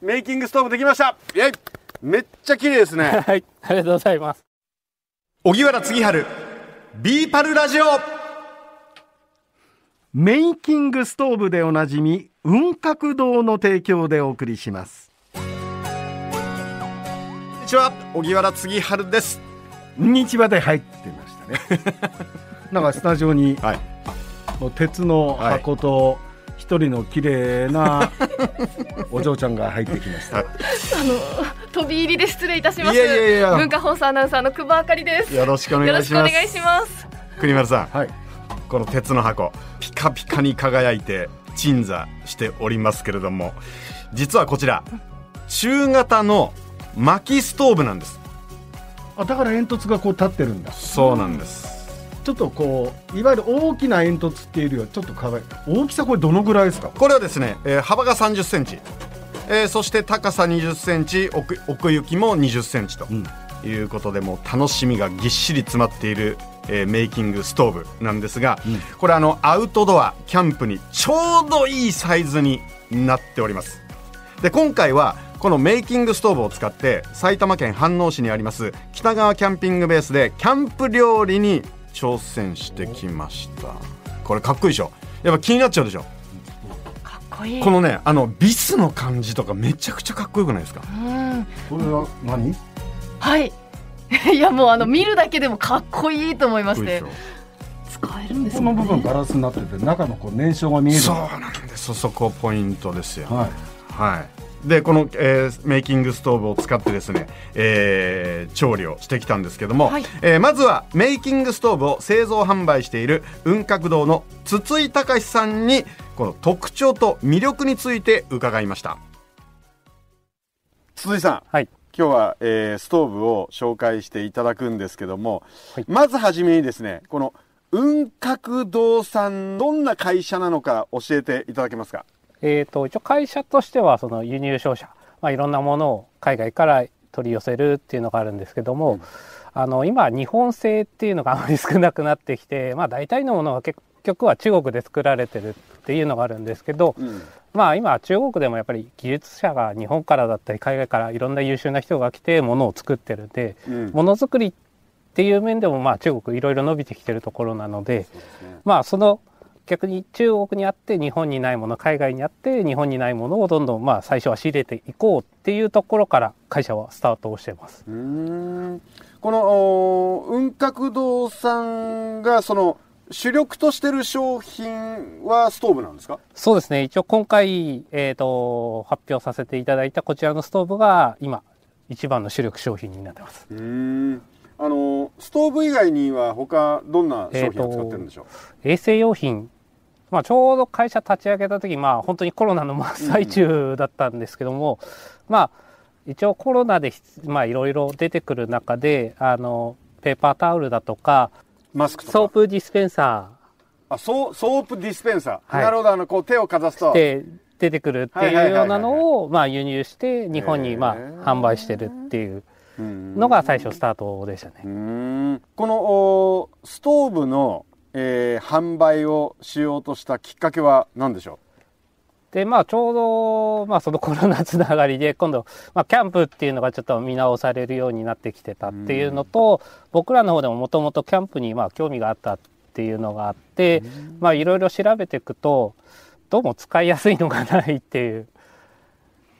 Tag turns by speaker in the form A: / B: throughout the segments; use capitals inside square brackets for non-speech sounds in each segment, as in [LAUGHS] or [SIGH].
A: メイキングストーブできましたイェイめっちゃ綺麗ですね
B: はい、ありがとうございます。
C: 小木原次春、ビーパルラジオ
D: メイキングストーブでおなじみ雲鶴堂の提供でお送りします
C: こんにちは、小木原次春です。
D: 日場で入ってましたね [LAUGHS] なんかスタジオに
C: はい。
D: もう鉄の箱と一人の綺麗 [LAUGHS] なお嬢ちゃんが入ってきました、
E: 飛び入りで失礼いたします。
C: いやいやいや
E: 文化放送アナウンサーの久保あかりです。
C: よろしくお
E: よ
C: 願
E: ろ
C: い
E: し
C: し
E: くお
C: ます。
E: 願いします。
C: 国丸さん、
D: はい
C: この鉄の箱、ピカピカに輝いて鎮座しておりますけれども、実はこちら、中型の薪ストーブなんです。
D: あだから煙突がこう立ってるんだ
C: そうなんです。
D: ちょっとこういわゆる大きな煙突っていうよりはちょっと可愛い大きさこれどのぐらいですか
C: これはですね、えー幅が30センチ、えーそして高さ20センチ、奥奥行きも20センチと。
D: ん
C: いうことでもう楽しみがぎっしり詰まっている、えーメイキングストーブなんですが、これあのアウトドアキャンプにちょうどいいサイズになっておりますで今回はこのメイキングストーブを使って埼玉県飯能市にあります北川キャンピングベースでキャンプ料理に挑戦してきましたこれかっこいいでしょやっぱ気になっちゃうでしょ
E: かっこいい。
C: このねあのビスの感じとかめちゃくちゃかっこよくないですか
E: うん
D: これは何
E: はい。 [LAUGHS] いやもうあの見るだけでもかっこいいと思いま
C: かっこ
E: し
C: いいでしてょ
E: 使えるんです
D: こ
E: よ
D: の
E: ね
D: 部分ガラスになってて中のこう燃焼が見える
C: そうなんですそこポイントですよ
D: はい
C: はい、でこの、えーメイキングストーブを使ってですね、えー調理をしてきたんですけども、
E: はい
C: えーまずはメイキングストーブを製造販売している雲鶴堂の筒井隆さんにこの特徴と魅力について伺いました
A: 鈴井さん
B: はい、
A: 今日は、えーストーブを紹介していただくんですけども、
B: はい
A: まずはじめにですねこの雲鶴堂さんどんな会社なのか教えていただけますか
B: えっ、と、一応会社としては、その輸入商社、まあ、いろんなものを海外から取り寄せるっていうのがあるんですけども、あの、今、日本製っていうのがあまり少なくなってきて、まあ、大体のものは結局は中国で作られてるっていうのがあるんですけど、
A: うん
B: まあ今中国でもやっぱり技術者が日本からだったり海外からいろんな優秀な人が来てものを作ってるんで
A: うん
B: ものづくりっていう面でもまあ中国いろいろ伸びてきてるところなのでまあその逆に中国にあって日本にないもの海外にあって日本にないものをどんどんまあ最初は仕入れていこうっていうところから会社はスタートをしてます。
A: うーんこのおー雲鶴堂さんがその主力としてる商品はストーブなんですか
B: そうですね一応今回、えー、と発表させていただいたこちらのストーブが今一番の主力商品になってます。
A: うーんあのストーブ以外には他どんな商品を使ってるんでしょう、
B: 衛生用品、まあ、ちょうど会社立ち上げた時、まあ、本当にコロナの真っ最中だったんですけども、まあ、一応コロナでひ、まあ、いろいろ出てくる中で、あの、ペーパータオルだとか、
A: マスクとか
B: ソープディスペンサ
A: あソソープディスペンサー、
B: はい
A: なるほどあのこう手をかざすと
B: ーで出てくるって
A: はいはいはいいうはい
B: ようなのを、まあ、輸入して日本
A: へ
B: に、
A: ー
B: まあ、販売してるっていう
A: の
B: のが最初スタートでしたね。
A: このおーストーブの、えー販売をしようとしたきっかけは何でしょ
B: で、まあ、ちょうど、まあ、そのコロナつながりで、今度、まあ、キャンプっていうのがちょっと見直されるようになってきてたっていうのと、僕らの方でももともとキャンプに、まあ、興味があったっていうのがあって、まあ、いろいろ調べていくと、どうも使いやすいのがないっていう。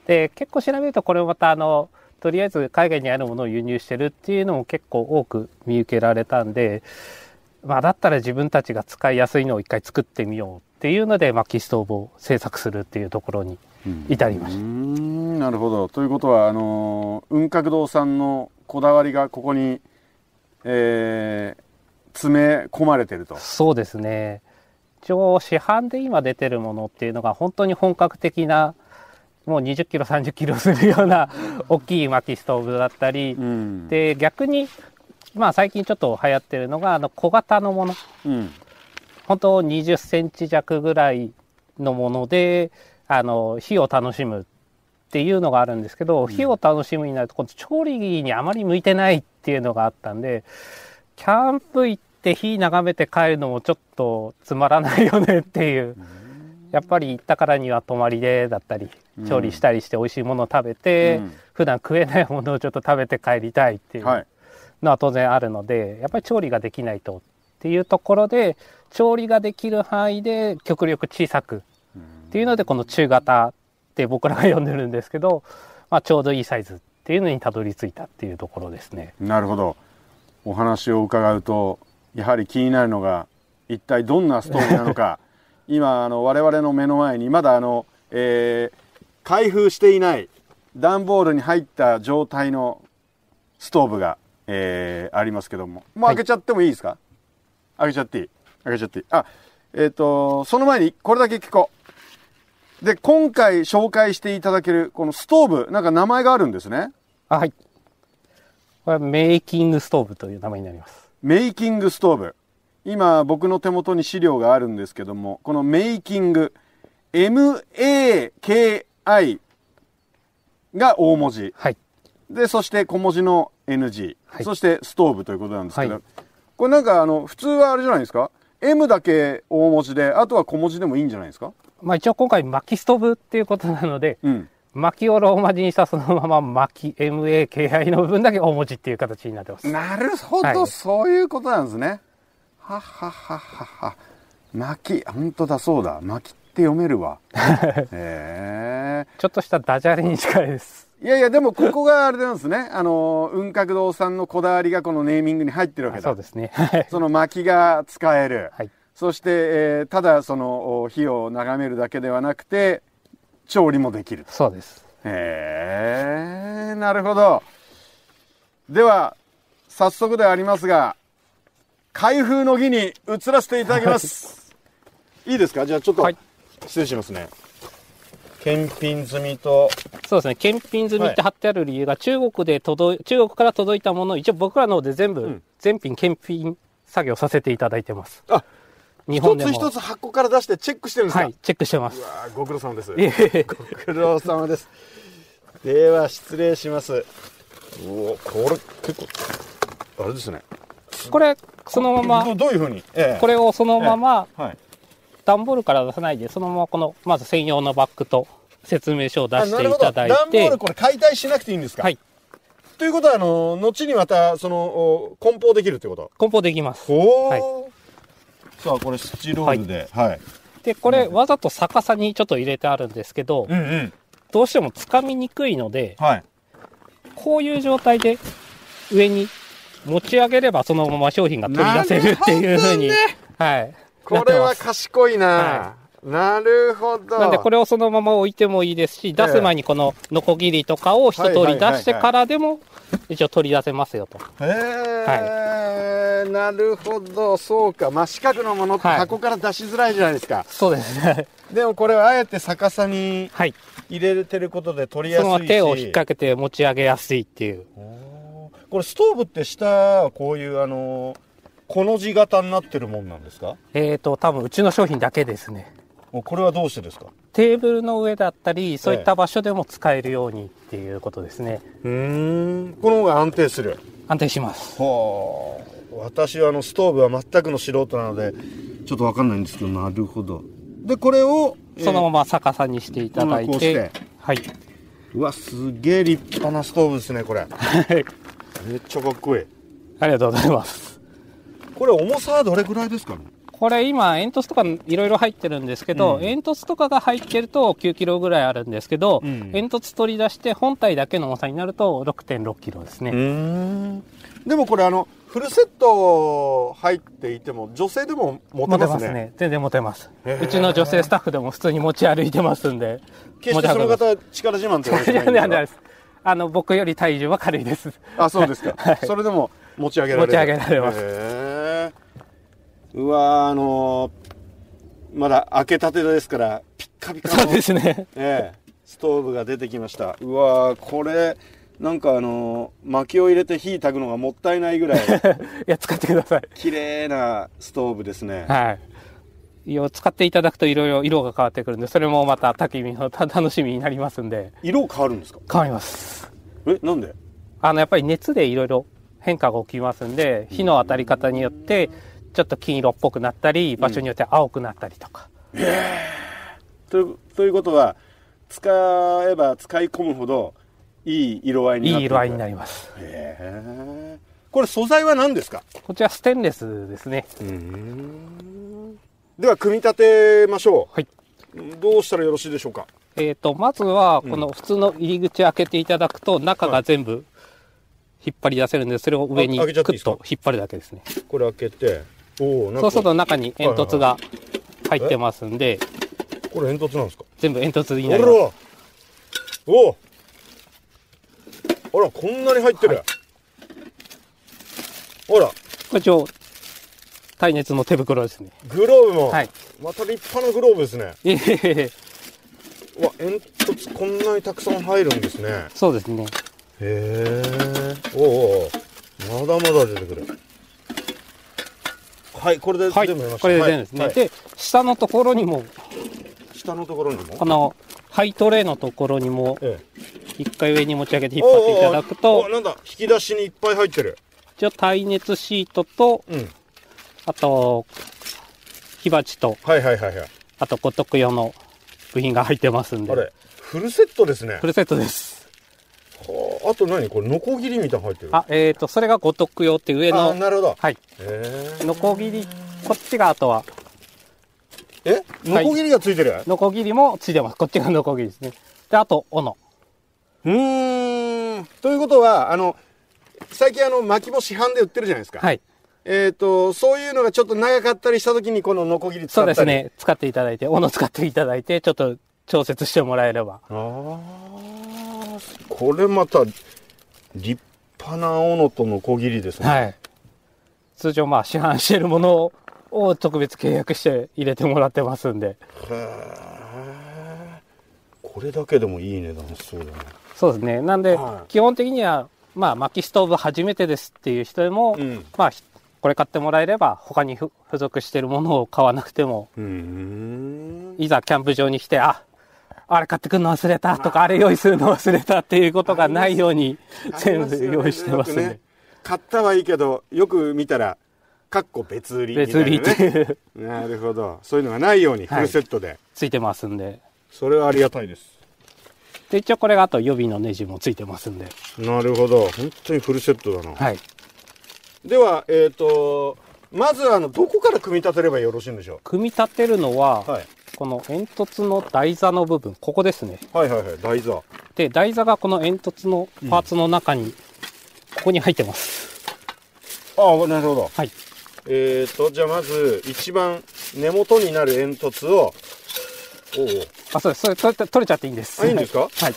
B: で、結構調べると、これまた、あの、とりあえず海外にあるものを輸入してるっていうのも結構多く見受けられたんで、まあ、だったら自分たちが使いやすいのを一回作ってみようっていうので薪ストーブを制作するっていうところに至りま
A: う
B: し
A: う
B: た、
A: ーんなるほどということはあのー雲鶴堂さんのこだわりがここに、えー詰め込まれてると
B: そうですね一応市販で今出てるものっていうのが本当に本格的なもう20キロ30キロするような大きい薪ストーブだったり、
A: うん
B: で逆にまあ最近ちょっと流行ってるのがあの小型のもの
A: うん
B: 本当20センチ弱ぐらいのものであの火を楽しむっていうのがあるんですけど、火を楽しむになると今度調理にあまり向いてないっていうのがあったんでキャンプ行って火眺めて帰るのもちょっとつまらないよねっていうやっぱり行ったからには泊まりでだったり調理したりして美味しいものを食べて、
A: うん
B: 普段食えないものをちょっと食べて帰りたいっていう
A: はい。
B: のは当然あるのでやっぱり調理ができないとっていうところで調理ができる範囲で極力小さくっていうのでこの中型って僕らが呼んでるんですけど、まあ、ちょうどいいサイズっていうのにたどり着いたっていうところですね。
A: なるほど。お話を伺うと、やはり気になるのが、一体どんなストーリーなのか。今、あの、我々の目の前に、まだあの、えー開封していない、段ボールに入った状態のストーブが、えーありますけども。もう開けちゃってもいいですか、開けちゃっていい開けちゃっていいあ、えっ、と、その前にこれだけ聞こう。で、今回紹介していただける、このストーブ、なんか名前があるんですね。
B: あはいこれはメイキングストーブという名前になります。
A: メイキングストーブ今僕の手元に資料があるんですけどもこのメイキング MAKI が大文字
B: はい。
A: でそして小文字の NG、
B: はい
A: そしてストーブということなんですけど、
B: はい
A: これなんかあの普通はあれじゃないですか M だけ大文字であとは小文字でもいいんじゃないですか
B: まあ一応今回薪ストーブっていうことなので、
A: うん
B: 薪をローマ字にしたそのまま薪 MAKI の部分だけ大文字っていう形になってます。
A: なるほど、
B: はい
A: そういうことなんですねはっはっはっはっは巻き本当だそうだ巻きって読める
B: [LAUGHS]
A: わへえ
B: ちょっとしたダジャレに近いです。
A: いやいや、でもここがあれなんですね。あの、雲閣堂さんのこだわりがこのネーミングに入ってるわけ
B: そ
A: だ
B: う。ですね。はい
A: その薪が使える。
B: はい。
A: そして、えーただそのお火を眺めるだけではなくて、調理もできる。
B: そうです。
A: へえ、なるほど。では、早速ではありますが、開封の儀に移らせていただきます。 [LAUGHS] いいですかじゃあちょっと、
B: はい
A: 失礼しますね。検品済みと、
B: そうですね。検品済みって貼ってある理由が、中国で届い、中国から届いたものを一応僕らの方で全部、
A: ん
B: 全品検品作業させていただいてます。
A: あ
B: 日
A: 一
B: 本で
A: つ
B: も。
A: 一つ箱から出してチェックしてるんですか、
B: はい、チェックしてます。
A: あーご苦労様です。
B: いえいえ
A: ご苦労様です。では失礼します。おお、これ結構あれですね。
B: [LAUGHS] これ、そのま
A: ど
B: ま、
A: どういうふうに、ええ
B: これをそのまま、
A: はい。
B: 段ボールから出さないで、そのままこの、まず専用のバッグと説明書を出
A: あ
B: し
A: な
B: て
A: る
B: い
A: ほど。
B: た
A: 段
B: だい
A: ボー
B: て
A: ル、これ解体しなくていいんですか。
B: はい。
A: ということはあの後にまたそのお梱包できるってこと。
B: 梱包できます。
A: おお、
B: はい
A: さあこれスチロールで、はい。
B: で、これ、わざと逆さにちょっと入れてあるんですけど、
A: うんうん。
B: どうしても掴みにくいので、
A: はい。
B: こういう状態で上に持ち上げればそのまま商品が取り出せるっていうふうに、
A: なる
B: はい。
A: これは
B: なってま
A: 賢いな。
B: は
A: なるほど。
B: すなんでこれをそのまま置いてもいいですし、出す前にこのノコギリとかを一通り出してからでも一応取り出せますよと。
A: へえ、なるほどそうか真四角のものって
B: はい
A: 箱から出しづらいじゃないですか、
B: そうですね。
A: でもこれはあえて逆さに [LAUGHS]
B: はい。
A: 入れてることで取りや
B: そ
A: すいし
B: の手を引っ掛けて持ち上げやすいっていう。
A: これストーブって下はこういうあのこの字型になってるもんなんですか
B: えーと、多分うちの商品だけですね。
A: もうこれはどうしてですか
B: テーブルの上だったり、そういった場所でも使えるようにっていうことですね。
A: うーんこの方が安定する
B: 安定します。
A: はあ私はあのストーブは全くの素人なのでちょっと分かんないんですけどなるほどでこれをえー
B: そのまま逆さにしていただい
A: こんなこうして
B: て、はい。
A: うわすげえ立派なストーブですねこれめっちゃかっこいい
B: ありがとうございます。
A: これ重さはどれぐらいですかね
B: これ今、煙突とかいろいろ入ってるんですけど、煙突とかが入ってると9キロぐらいあるんですけど、煙突取り出して本体だけの重さになると6.6キロですね。
A: んでもこれあのフルセット入っていても女性でも持
B: 持
A: て
B: て
A: ま
B: ますす
A: ね
B: ね。全然持てます。うちの女性スタッフでも普通に持ち歩いてますんで。
A: 決してその
B: 持ち
A: 方力自慢ってわけじ
B: 運
A: ゃ
B: べま
A: ないん
B: すいやいやい
A: で
B: や
A: すか
B: [LAUGHS] あの、僕より体重は軽いです。
A: [LAUGHS] あそうですか、
B: はい
A: それでも持ち上げられる
B: 持ち上げられます
A: へえうわーあのーまだ開けたてですからピッカピカの
B: そうですね。
A: ええ、ストーブが出てきましたうわーこれなんかあのー薪を入れて火焚くのがもったいないぐ [LAUGHS] らい
B: [LAUGHS] いや、使ってください。
A: 綺麗なストーブですね
B: はい。を使っていただくといろいろ色が変わってくるんで、それもまた焚き火のた楽しみになりますんで、
A: 色変わるんですか
B: 変わります。
A: えなんで
B: あの、やっぱり熱でいろいろ変化が起きますんで、火の当たり方によって、ちょっと金色っぽくなったり、場所によっては青くなったりとか。
A: というということは使えば使い込むほどいい色合いに
B: い
A: なって
B: い色合いにな
A: る
B: ります。
A: へえこれ素材は何ですか
B: こちらステンレスですね。
A: では組み立てましょ
B: はい。
A: うどうしたらよろしいでしょうか
B: えっ、と、まずは、この普通の入り口開けていただくと、中が全部引っ張り出せるんで、それを上に
A: あ開
B: ク
A: けちゃっていいで
B: ッ
A: すか
B: と引っ張るだけですね。
A: これ開けておお
B: そうすると中に煙突が入ってますんで、
A: これ煙突なんですか
B: 全部煙突に
A: あ
B: なり
A: ら
B: ます。
A: おおあらこんなに入ってる、ほら
B: これ一応、耐熱の手袋ですね。
A: グローブも、
B: はい。
A: また立派なグローブですね
B: えへへへ
A: うわ煙突こんなにたくさん入るんですねへ
B: そうですね。
A: えおおうおうまだまだ出てくるはいこれで
B: はい。
A: 全部入れました
B: これで全部ですね。
A: はいはい
B: で、下のところにも、
A: 下のところにも
B: この、ハイトレイのところにも、
A: え
B: 一回上に持ち上げて引っ張っていただく
A: おうおうおう
B: と
A: お、なんだ引き出しにいっぱい入ってる
B: 一応耐熱シートと、
A: うん
B: あと、火鉢と、
A: はいはいはいはい
B: あと五徳用の部品が入ってますん
A: あ
B: で、
A: れフルセットですね
B: フルセットです。
A: はああと何これノコギリみたいなの入ってる
B: あ、えっ、と、それが五徳用って上
A: あ
B: の、
A: なるほど
B: はい、
A: へ
B: ノコギリ、こっちがあとは、
A: ええノ
B: はい
A: コギリがついてる、
B: ノコギリもついてます。こっちがノコギリですね。で、あと、斧。
A: うーんということはあの最近あの巻きも市販で売ってるじゃないですか
B: はい。
A: えっ、とそういうのがちょっと長かったりした時にこのノコギリ使
B: そう
A: った
B: で
A: り
B: すね。使っていただいて、斧使っていただいて、ちょっと調節してもらえれば。
A: あーこれまた立派な斧とノコギリですね、
B: はい。通常、まあ、市販してるものを、を特別契約して入れてもらってますんで。
A: へーこれだけでもいい値段しそうだね
B: そうですね。なんで
A: は、い
B: 基本的には、まあ、薪ストーブ初めてですっていう人でも、
A: うん
B: まあ、ひこれ買ってもらえれば、他にふ付属してるものを買わなくても、
A: うーん
B: いざキャンプ場に来て、あ、あれ買ってくるの忘れたとか、あれ用意するの忘れたっていうことがないように、全部用意してます
A: よく
B: ね。
A: 買ったはいいけどよく見たらかっこ別売りみ
B: 別
A: た
B: 売
A: い
B: り
A: なね
B: っていう、
A: なるほどそういうのがないようにフ
B: はい
A: ルセットで、
B: [LAUGHS] ついてますんで。
A: それはありがたいです
B: で、一応これがあと予備のネジもついてますんで。
A: なるほど本当にフルセットだな、
B: はい。
A: ではえっ、とまずあのどこから組み立てればよろしいんでしょ
B: 組み立てるのは、
A: う、はい、
B: この煙突の台座の部分、ここですね。
A: はいはいはい台座
B: で台座がこの煙突のパーツの中に、ここに入ってます
A: ああなるほど
B: はい
A: えっ、とじゃあまず一番根元になる煙突をおうおう
B: あそうですそれ取れ取れちゃっていいんです
A: あいいんですか
B: はい、はい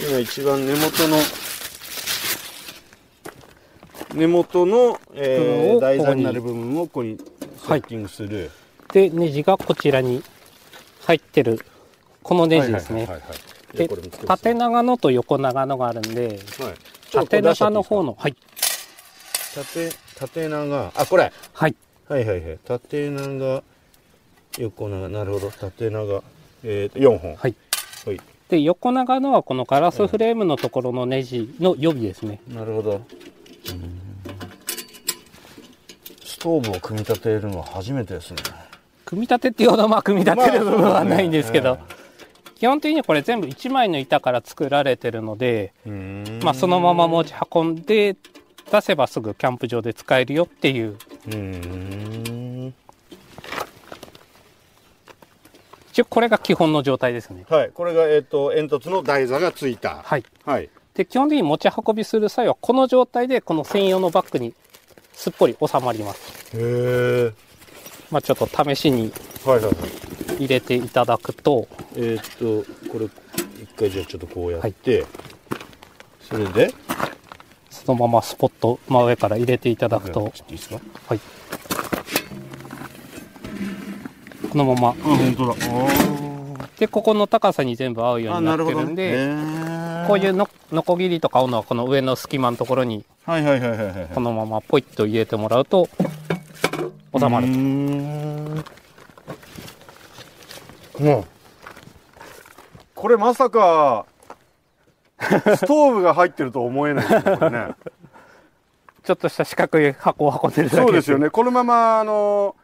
A: 今一番根元の根元の、え
B: 部分
A: ー、
B: を
A: 台
B: こ
A: 座
B: こに
A: になる部分をここにセッティングする、
B: でネジがこちらに入ってるこのネジです
A: は
B: ね
A: いはいはいはいじゃあ
B: で
A: これも作って
B: 縦長のと横長のがあるんで
A: はいちょっとこれ
B: 縦
A: 出しちゃ
B: 長
A: っていいですか
B: の方のはい
A: 縦縦長あこれ
B: はい
A: はいはいはい縦長横長なるほど縦長えーと、4本
B: はい
A: はい
B: で横長のはこのガラスフレームのところのネジの予備ですね、
A: なるほどうんストーブを組み立てるのは初めてですね
B: 組み立てっていうほどまあ組み立てる部分はないんですけど、
A: まあ
B: 基本的にこれ全部1枚の板から作られてるので、
A: うーん
B: まあ、そのまま持ち運んで出せばすぐキャンプ場で使えるよっていう
A: うーん
B: 一応これが基本の状態ですね
A: はい、これが、えっと煙突の台座がついた。
B: はい
A: はい。
B: で基本的に持ち運びする際はこの状態でこの専用のバッグにすっぽり収まります
A: へえ。
B: まあちょっと試しに
A: はいはいはい。
B: 入れていただくと
A: えっとこれ一回じゃあちょっとこうやって、それで
B: そのままスポット真上から入れていただく
A: ちょ
B: と
A: っといいですか？
B: はいこのまま
A: あ本当だ。。
B: でここの高さに全部合うようになってるんでこういううのノコギリとか斧はこの上の隙間のところに
A: はいはいはいはいはいはい。
B: このままポイッと入れてもらうと収まる
A: うー
B: と
A: ん。うん。これまさか。ストーブが入ってると思えないですねこれ
B: [LAUGHS]
A: ね。
B: ちょっとした四角い箱を運んでるだけ
A: そうですよね。このままあの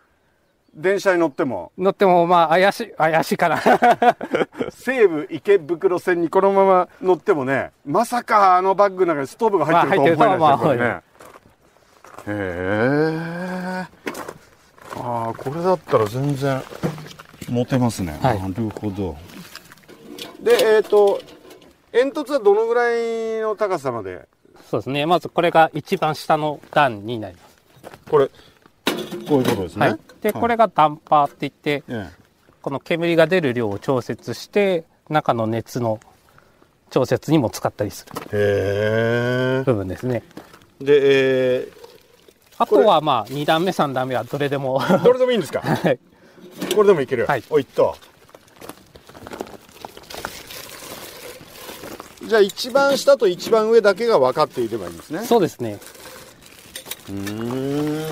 A: 電車に乗っても
B: 乗っても、まあ、怪しい、怪しいかな。
A: 西武池袋線にこのまま乗ってもねまさかあのバッグの中にストーブが入ってるとは
B: まあ
A: 思
B: 入
A: え
B: ってるとは
A: ないですよ、これねへえああこれだったら全然
D: 持てますね、
B: はい
D: なるほど
A: でえっ、と煙突はどのぐらいの高さまで
B: [LAUGHS] そうですね。まずこれが一番下の段になります。
A: これ
D: こういうことですね、
B: はい。で、これがダンパーって言って、
D: え
B: この煙が出る量を調節して、中の熱の調節にも使ったりする
A: へ
B: 部分ですね。
A: えでえ
B: あとはまあ、2段目、3段目はどれでも。
A: ー、どれでもいいんですか
B: はい。
A: これでもいける
B: はい
A: おいっとじゃあ一番下と一番上だけが分かっていればいいんですね
B: [LAUGHS] そうですね。
A: うん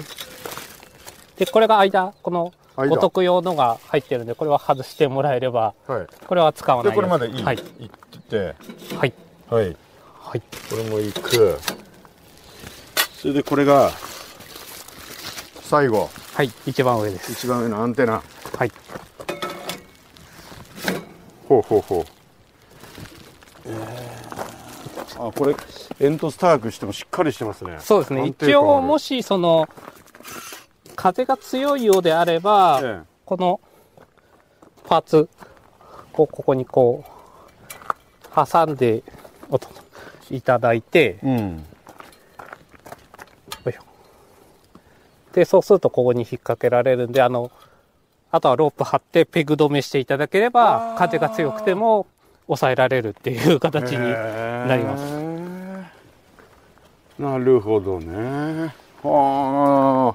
B: で、これが間、この、
A: 間
B: お得用のが入ってるんで、これは外してもらえれば、
A: はい
B: これは使わ
A: で
B: ない
A: これまでいい、、
B: はいい。
A: ってて
B: はい。
A: はい
B: はい。
A: これもいくそれでこれが最後
B: はい。一番上です。
A: 一番上のアンテナ
B: はい。
A: ほうほうほうあこれ煙突高くしてもしっかりしてますね
B: そうですね。一応、も
A: し、
B: し、その、風が強いようであれば、
A: え
B: このパーツをここにこう、挟んでおっといただいて、
A: えうん、
B: よいしょで、そうするとここに引っ掛けられるんで、あの、あとはロープ張ってペグ止めしていただければ、風が強くても抑えられるっていう形に。なります
A: なるほどねはあ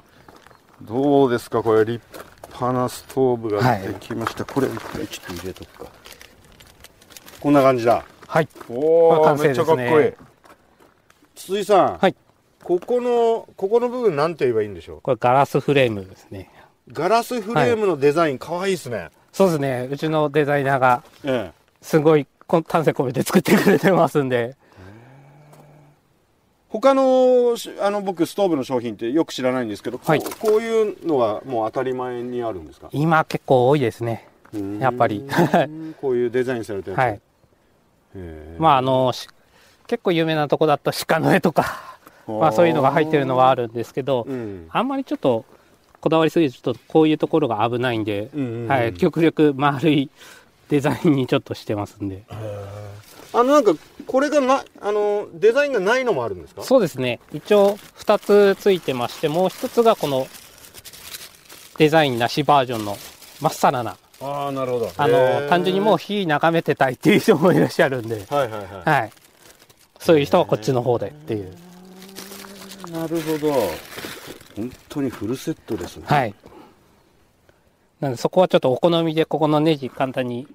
A: どうですかこれ立派なストーブができました、これ一回ちょっと入れとくかこんな感じだ
B: はい。
A: お
B: これ
A: お、
B: 完
A: めっ
B: 成
A: ちゃ
B: です
A: か
B: ね
A: っこいい筒井さん、
B: はい
A: ここのここの部分なんて言えばいいんでしょ
B: これガラスフレームですね。
A: うガラスフレームのデザインかわいいですね、
B: そうですね。うちのデザイナーが
A: ええ
B: すごいこ丹精込めて作ってくれてますんで。
A: 他のしあの僕ストーブの商品ってよく知らないんですけど、こう
B: はい
A: こういうのはもう当たり前にあるんですか
B: 今結構多いですね。やっぱり [LAUGHS]
A: うーんこういうデザインされたやつ、
B: はい。
A: へえ
B: まああの、し結構有名なとこだと鹿の絵とか、まあそういうのが入ってるのはあるんですけど、
A: うん
B: あんまりちょっとこだわりすぎるとちょっとこういうところが危ないんで、
A: うんうんうん
B: はい、極力丸いデザインにちょっとしてますんで。
A: あのなんかこれがなあのデザインがないのもあるんですか
B: そうですね。一応2つついてまして、もう1つがこのデザインなしバージョンのまっさらな。
A: ああなるほど
B: あの、単純にもう火眺めてたいっていう人もいらっしゃるんで、
A: うはいはいは
B: はい。そういう人はこっちの方でっていう。
A: いなるほど本当にフルセットですね
B: はい。なんでそこはちょっとお好みでここのネジ簡単に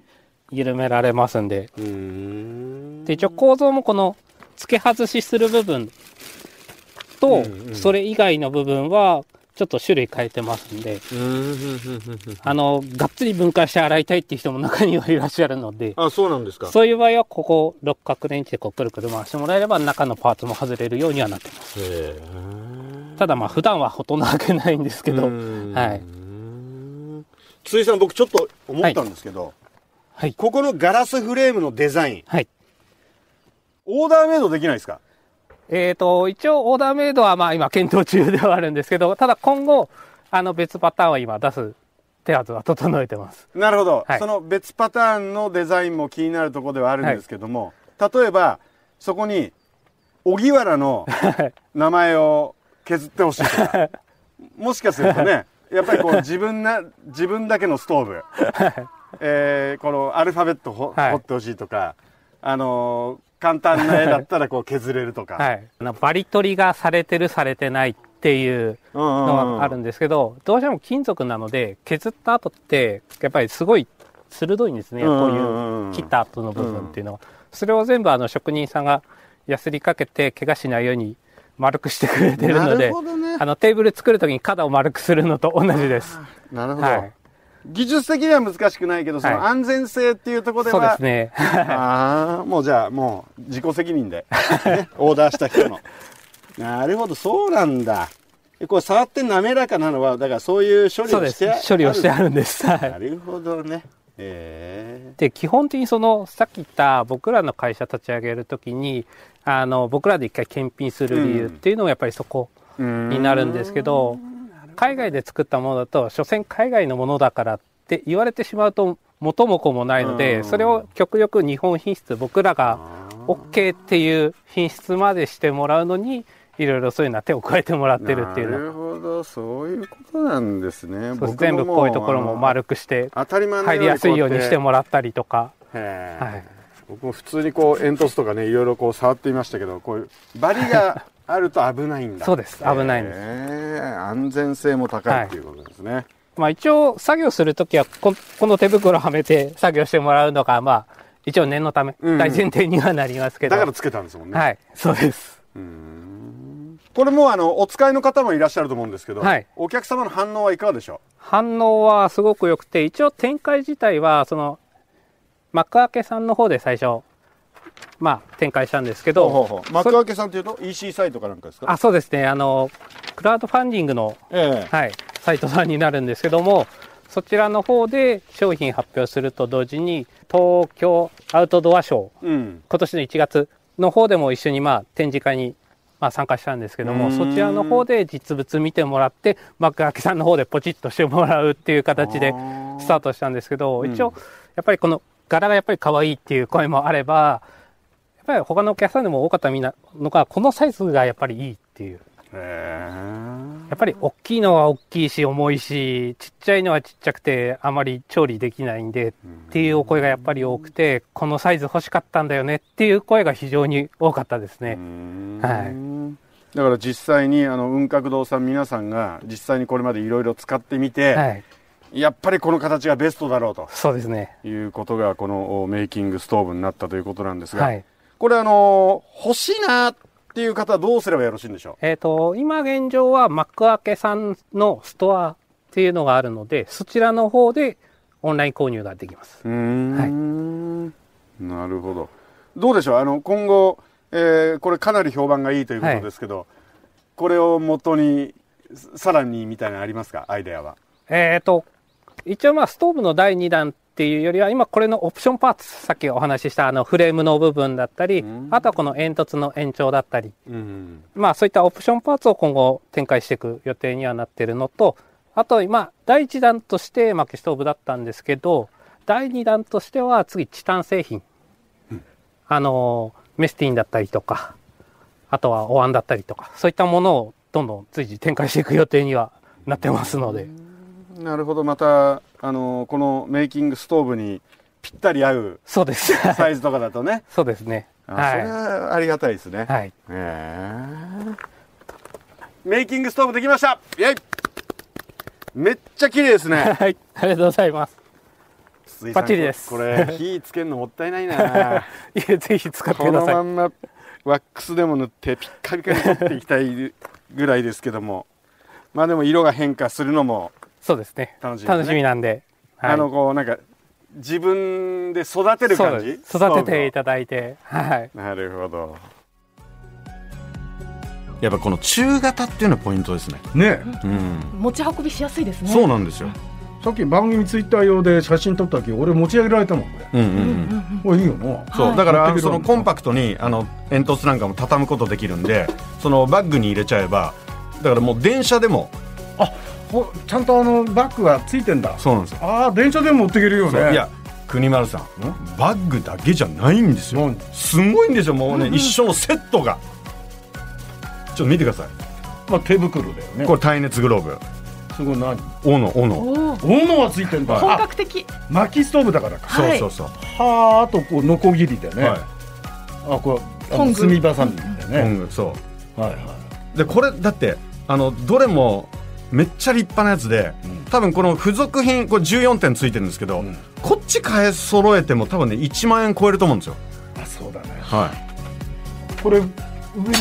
B: 緩められますんで。
A: うーん
B: で、一応構造もこの付け外しする部分と、それ以外の部分はちょっと種類変えてますんで、あの、がっつり分解して洗いたいっていう人も中にはいらっしゃるので、
A: あそうなんですか
B: そういう場合はここ六角レンチでこうくるくる回してもらえれば中のパーツも外れるようにはなってます。
A: へえ
B: ただまあ普段はほとんど開けないんですけど、はい。
A: 筒井さん僕ちょっと思ったんですけど、
B: はい。
A: ここのガラスフレームのデザイン
B: はい。
A: オーダーメイドできないですか
B: えー、と、一応オーダーメイドはまあ今検討中ではあるんですけど、ただ今後、あの別パターンは今出す手はずは整えてます。
A: なるほど、
B: はい
A: その別パターンのデザインも気になるところではあるんですけども、例えばそこに荻原の名前を削ってほしいと
B: [LAUGHS]
A: かもしかするとねやっぱりこう自分な自分だけのストーブ、えーこのアルファベットほ、
B: はい
A: 彫ってほしいとか、あのー簡単な絵だったらこう削れるとか、
B: はい。あのバリ取りがされてるされてないっていう
A: うんうんうん
B: のがあるんですけど、どうしても金属なので、削った後って、やっぱりすごい鋭いんですね。
A: うんうん
B: こう
A: うんうん
B: いう切った後の部分っていうのは。それを全部あの職人さんがやすりかけて、怪我しないように丸くしてくれてるの
A: な
B: で
A: るほ、どね
B: あのテーブル作るときに肩を丸くするのと同じです。
A: なるほど、
B: はい。
A: 技術的には難しくないけどその
B: はい
A: 安全性っていうところで
B: そうで
A: は
B: すね。
A: ああ、もうじゃあ、もう [LAUGHS] 自己責任で、ねオーダーした人の。なるほど、そうなんだ。えでこう触って滑らかなのはだからそういう処理
B: そう
A: を
B: で
A: してあ
B: す処理をしてあるんですはい
A: なるほどねえ
B: で基本的にそのさっき言った僕らの会社立ち上げるときにあの僕らで一回検品する理由っていうのがやっぱりそこ
A: え
B: になるんですけど、海外で作ったものだと所詮海外のものだからって言われてしまうと元も子もないの
A: う
B: で
A: ん
B: それを極力日本品質僕らが OK っていう品質までしてもらうのにいろいろそういうのは手を加えてもらってるっていう
A: な
B: の
A: るほどそういうことなんですね
B: そうです
A: 僕
B: 全
A: も
B: 部
A: も
B: こういうところも
A: あの
B: 丸くして
A: 当たり前の
B: 入りやすいようにしてもらったりとか。
A: らえ
B: はい
A: 僕も普通にこう煙突とかねいろいろこう触っていましたけどこういうバリがあると危ないんだ
B: そうです危ないんです
A: ええ安全性も高いっていうことですね、
B: まあ一応作業するときはこ、この手袋をはめて作業してもらうのが、まあ一応念のため、
A: うん
B: 大前提にはなりますけど。
A: だからつけたんですもんね、
B: はい、そうです。
A: うーんこれもうあのお使いの方もいらっしゃると思うんですけど、
B: はい
A: お客様の反応はいかがでしょ
B: 反応はすごく良くて、一応展開自体は、その、幕開けさんの方で最初、まあ展開したんですけ
A: う
B: ど、
A: 幕開けさんというと EC サイトかなんかですか
B: あ、そうですね、あの、クラウドファンディングの、
A: え
B: はい、サイトさんになるんですけども、そちらの方で商品発表すると同時に、東京アウトドアショー、
A: えうん
B: 今年の1月の方でも一緒にまあ展示会にまあ参加したんですけど
A: う
B: も
A: ーん
B: そちらの方で実物見てもらって幕開けさんの方でポチッとしてもらうっていう形でスタートしたんですけど
A: ん
B: 一応やっぱりこの柄がやっぱり可愛いっていう声もあればやっぱり他のお客さんでも多かったみんなのがこのサイズがやっぱりいいっていう
A: へえ
B: やっぱり大きいのは大きいし重いしちっちゃいのはちっちゃくてあまり調理できないんでっていうお声がやっぱり多くてこのサイズ欲しかったんだよねっていう声が非常に多かったですね。
A: はい、だから実際にあの雲閣堂さん皆さんが実際にこれまでいろいろ使ってみて、
B: はい、
A: やっぱりこの形がベストだろうと
B: そうですね。
A: いうことがこのおメイキングストーブになったということなんですが、
B: はい。
A: これあのー欲しいなっていう方はどうすればよろしいんでしょ
B: えっ、と、今現状は幕開けさんのストアっていうのがあるので、そちらの方でオンライン購入ができます。
A: ううーん、なるほどどうでしょうあの今後、えーこれかなり評判がいいということですけど、これを元にささらにみたいなのありますかアイデアは
B: えっ、と、一応まあストーブの第2弾っていうよりは、今これのオプションパーツ、さっきお話ししたあのフレームの部分だったり、あとはこの煙突の延長だったり、
A: うん
B: まあそういったオプションパーツを今後展開していく予定にはなっているのと、あと今、第1弾として薪ストーブだったんですけど、第2弾としては次、チタン製品。あの、メスティンだったりとか、あとはお椀だったりとか、そういったものをどんどん随時展開していく予定にはなってますので、
A: なるほどまたあのこのメイキングストーブにぴったり合う
B: そうです。
A: サイズとかだとね
B: そうですね。
A: あそれ
B: は
A: はありがたいですね、
B: い。はい。
A: ええメイキングストーブできましたイエイめっちゃ綺麗です
B: [LAUGHS]
A: ね
B: はい。ありがとうございます。
A: 筒井さん
B: バッチリです
A: これ火つけるのもったいない
B: [LAUGHS]
A: な
B: いえ、ぜひ使って
A: こ
B: くだ
A: の
B: さい。
A: まんまワックスでも塗ってピッカピカに取っていきたいぐらいですけどもまあでも色が変化するのも、
B: そうですね。
A: 楽しみですね
B: 楽しみなんで。はい
A: あのこうなんか自分で育てる
B: そう
A: 感
B: で
A: じ
B: す。育ててい
A: た
B: ただいて、はい。
A: なるほど
C: やっぱこの中型っていうのがポイントですね、
D: ね
C: うん、
E: 持ち運びしやすいですね
C: そうなんですよ、
D: さっき番組ツイッター用で写真撮った時俺持ち上げられたもんこれ
C: うんうんうん
E: うんうんうん
D: これいいよな
C: そう、
E: はい
C: だからあ
D: 持
C: の
D: ってく
C: そ
D: るも
C: の
D: ん
C: コンパクトにあの煙突なんかも畳むことできるんでそのバッグに入れちゃえばだからもう電車でも
D: ほちゃんとあのバッグがついてんだ
C: そうなんですよ、
D: ああ電車でも持っていけるよ
C: そう
D: ね
C: いや国丸さんバッグだけじゃないんですよ
D: 何
C: すごいんですよもうね、一緒のセットがちょっと見てください
D: まあ、手袋だよね
C: これ耐熱グローブ
D: すごい何
C: 斧斧
E: おお
D: 斧がついてんだ、
E: 本
D: あ
E: 格的
D: 薪ストーブだからか
E: はい
C: そうそうそう、
D: はああとこうノコギリだよね、
C: はい
D: あこれあ
E: ト
D: の
E: ング
D: 炭ばさみだよね、
C: うんそう
D: はいは
C: でこれだってあのどれもめっちゃ立派なやつで、
D: うん
C: 多分この付属品これ14点ついてるんですけど、
D: うん
C: こっち買え揃えても多分ね1万円超えると思うんですよ
D: いあそうだね
C: はい
D: これ上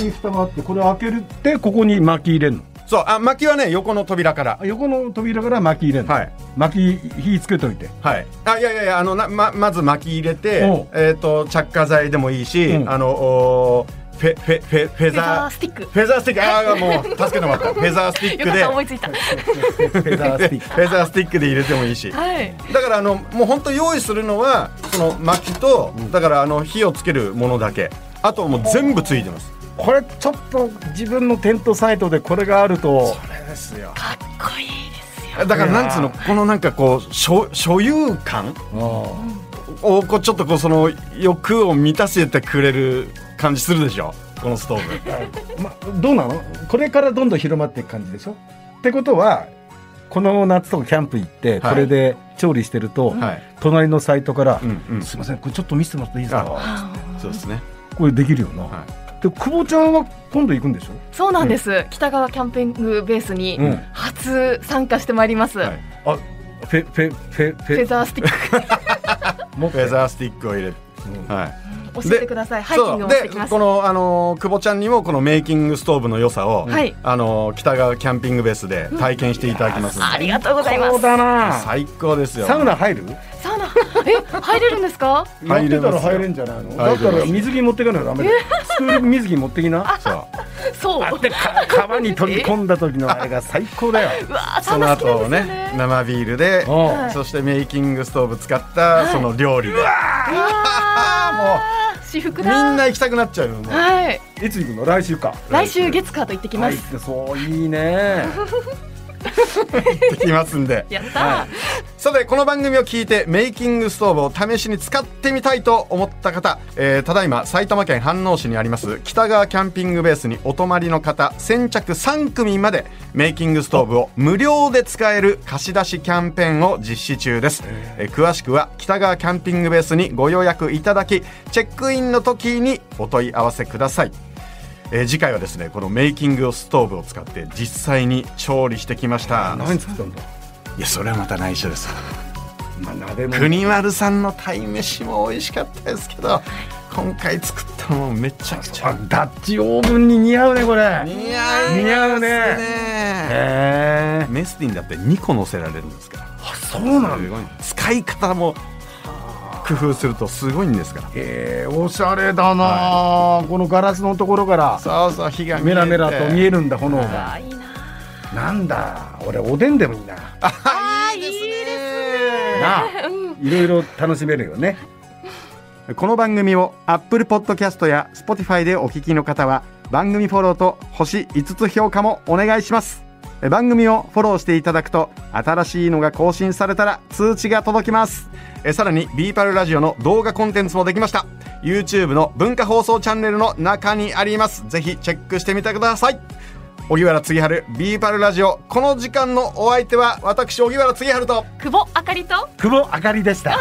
D: に蓋があってこれ開けるってここに薪入れるの
C: そうあ薪はね横の扉から
D: あ横の扉から薪入れるの、
C: はい
D: 薪火つけといて
C: はいあいやいやいやあのなままず薪入れ
D: お
C: て
D: う
C: えっ、と着火剤でもいいし、
D: うん
C: あのおー
A: フェフェフェフェ
E: フェザ
A: ザ
E: ースティック
A: ーフェザースティックああもう助けてもらったフェザースティッ
E: よか
A: ク
E: っ
A: で
E: た思いついたは
D: フェザースティッ
A: フェザースティックで入れてもいいし
E: い
A: だからあのもう本当用意するのはその薪とだからあの火をつけるものだけあとはもう全部ついてます
D: ク [LAUGHS] これちょっと自分のテントサイトでこれがあると
A: れですよ
E: かっこいいですよ
A: だからなんつうのこのなんかこう所所有感
D: うん
A: をこうちょっとこうその欲を満たせてくれる感じするでしょこのストーブ
D: まどうなのこれからどんどん広まっていく感じでしょってことはこの夏とかキャンプ行って
A: はい
D: これで調理してると、
A: はい
D: 隣のサイトから、
A: うんうん
D: すいませんこれちょっと見せてもらっていいですか
E: あー
A: そうですね
D: これできるよな、
A: は
D: で久保ちゃんは今度行くんでしょ
E: そうなんです、北川キャンピングベースに
D: うん
E: 初参加してまいります、
A: はい
D: あフェフェフェフ
E: フェ
D: ェ
E: ザースティッ
D: 持っ
A: フ
D: て
A: ェザースティックを入れるはい
E: ク教えてくださいハイキングをして
A: そ
E: きま
A: うですこのあのー久保ちゃんにもこのメイキングストーブの良さを、
E: はい
A: あのー北川キャンピングベースで体験していただきますの
E: あ
A: で、
E: りがとうございま
D: そう
E: す
D: だな
A: 最高ですよ
D: サウナ入る
E: サウナえ入れるんですか
D: やっ
A: 入
D: て
A: れ
D: た
A: ます
D: ら
A: よ
D: 入れんじゃないのだ
A: 入
D: った
A: れます
D: ら水着持ってかないとダメだよスクール水着持ってきな
A: そう
E: そう
D: でか川に飛び込んだ時のあれが最高だよ
E: [LAUGHS] うわーサ
A: そ
E: ウ
A: の
E: ナ好きな
A: 後
E: ん
A: を
E: ですよ
A: ね
E: ね
A: 生ビールで、
D: うん
E: はい
A: そしてメイキングストーブ使ったその料理で、
E: うわー私服
A: みん
E: だ
A: な行きたくなっちゃうよもう
E: はい
D: いつ行くの来週か
E: 来週月火と行ってきま
D: はい
E: す、
D: そういいね
A: 行ってきますんで
E: やったー、
A: さてこの番組を聞いてメイキングストーブを試しに使ってみたいと思った方、えーただいま埼玉県飯能市にあります北川キャンピングベースにお泊まりの方先着3組までメイキングストーブを無料で使える貸し出しキャンペーンを実施中です、えー詳しくは北川キャンピングベースにご予約いただきチェックインの時にお問い合わせくださいえー次回はですねこのメイキングストーブを使って実際に調理してきました
D: 何作ったんだ
A: いやそれはまた内緒です
D: まあ鍋も
A: 国丸さんの鯛めしも美味しかったですけど今回作ったのもめちゃくちゃ
D: あダッチオーブンに似合うねこれ
A: 似合います
D: 似合うねへえ
A: メスティンだって2個乗せられるんですから
D: あそうなん
A: す
D: だ
A: ごい使い方も工夫するとすごいんですから
D: えー、おしゃれだな、このガラスのところから
A: そうそう火が見えて
D: メラメラと見
A: え
D: えるんだ炎が
E: あいいな
D: なんだ俺おでんでもいいな
A: あいいですね
D: なあいろいろ楽しめるよね
A: この番組を Apple Podcast や Spotify でお聞きの方は番組フォローと星5つ評価もお願いしますえ番組をフォローしていただくと新しいのが更新されたら通知が届きますえさらにビーパルラジオの動画コンテンツもできました YouTube の文化放送チャンネルの中にありますぜひチェックしてみてください荻原次春ビーパルラジオこの時間のお相手は私荻原次春と
E: 久保あかりと
D: 久保あかりでした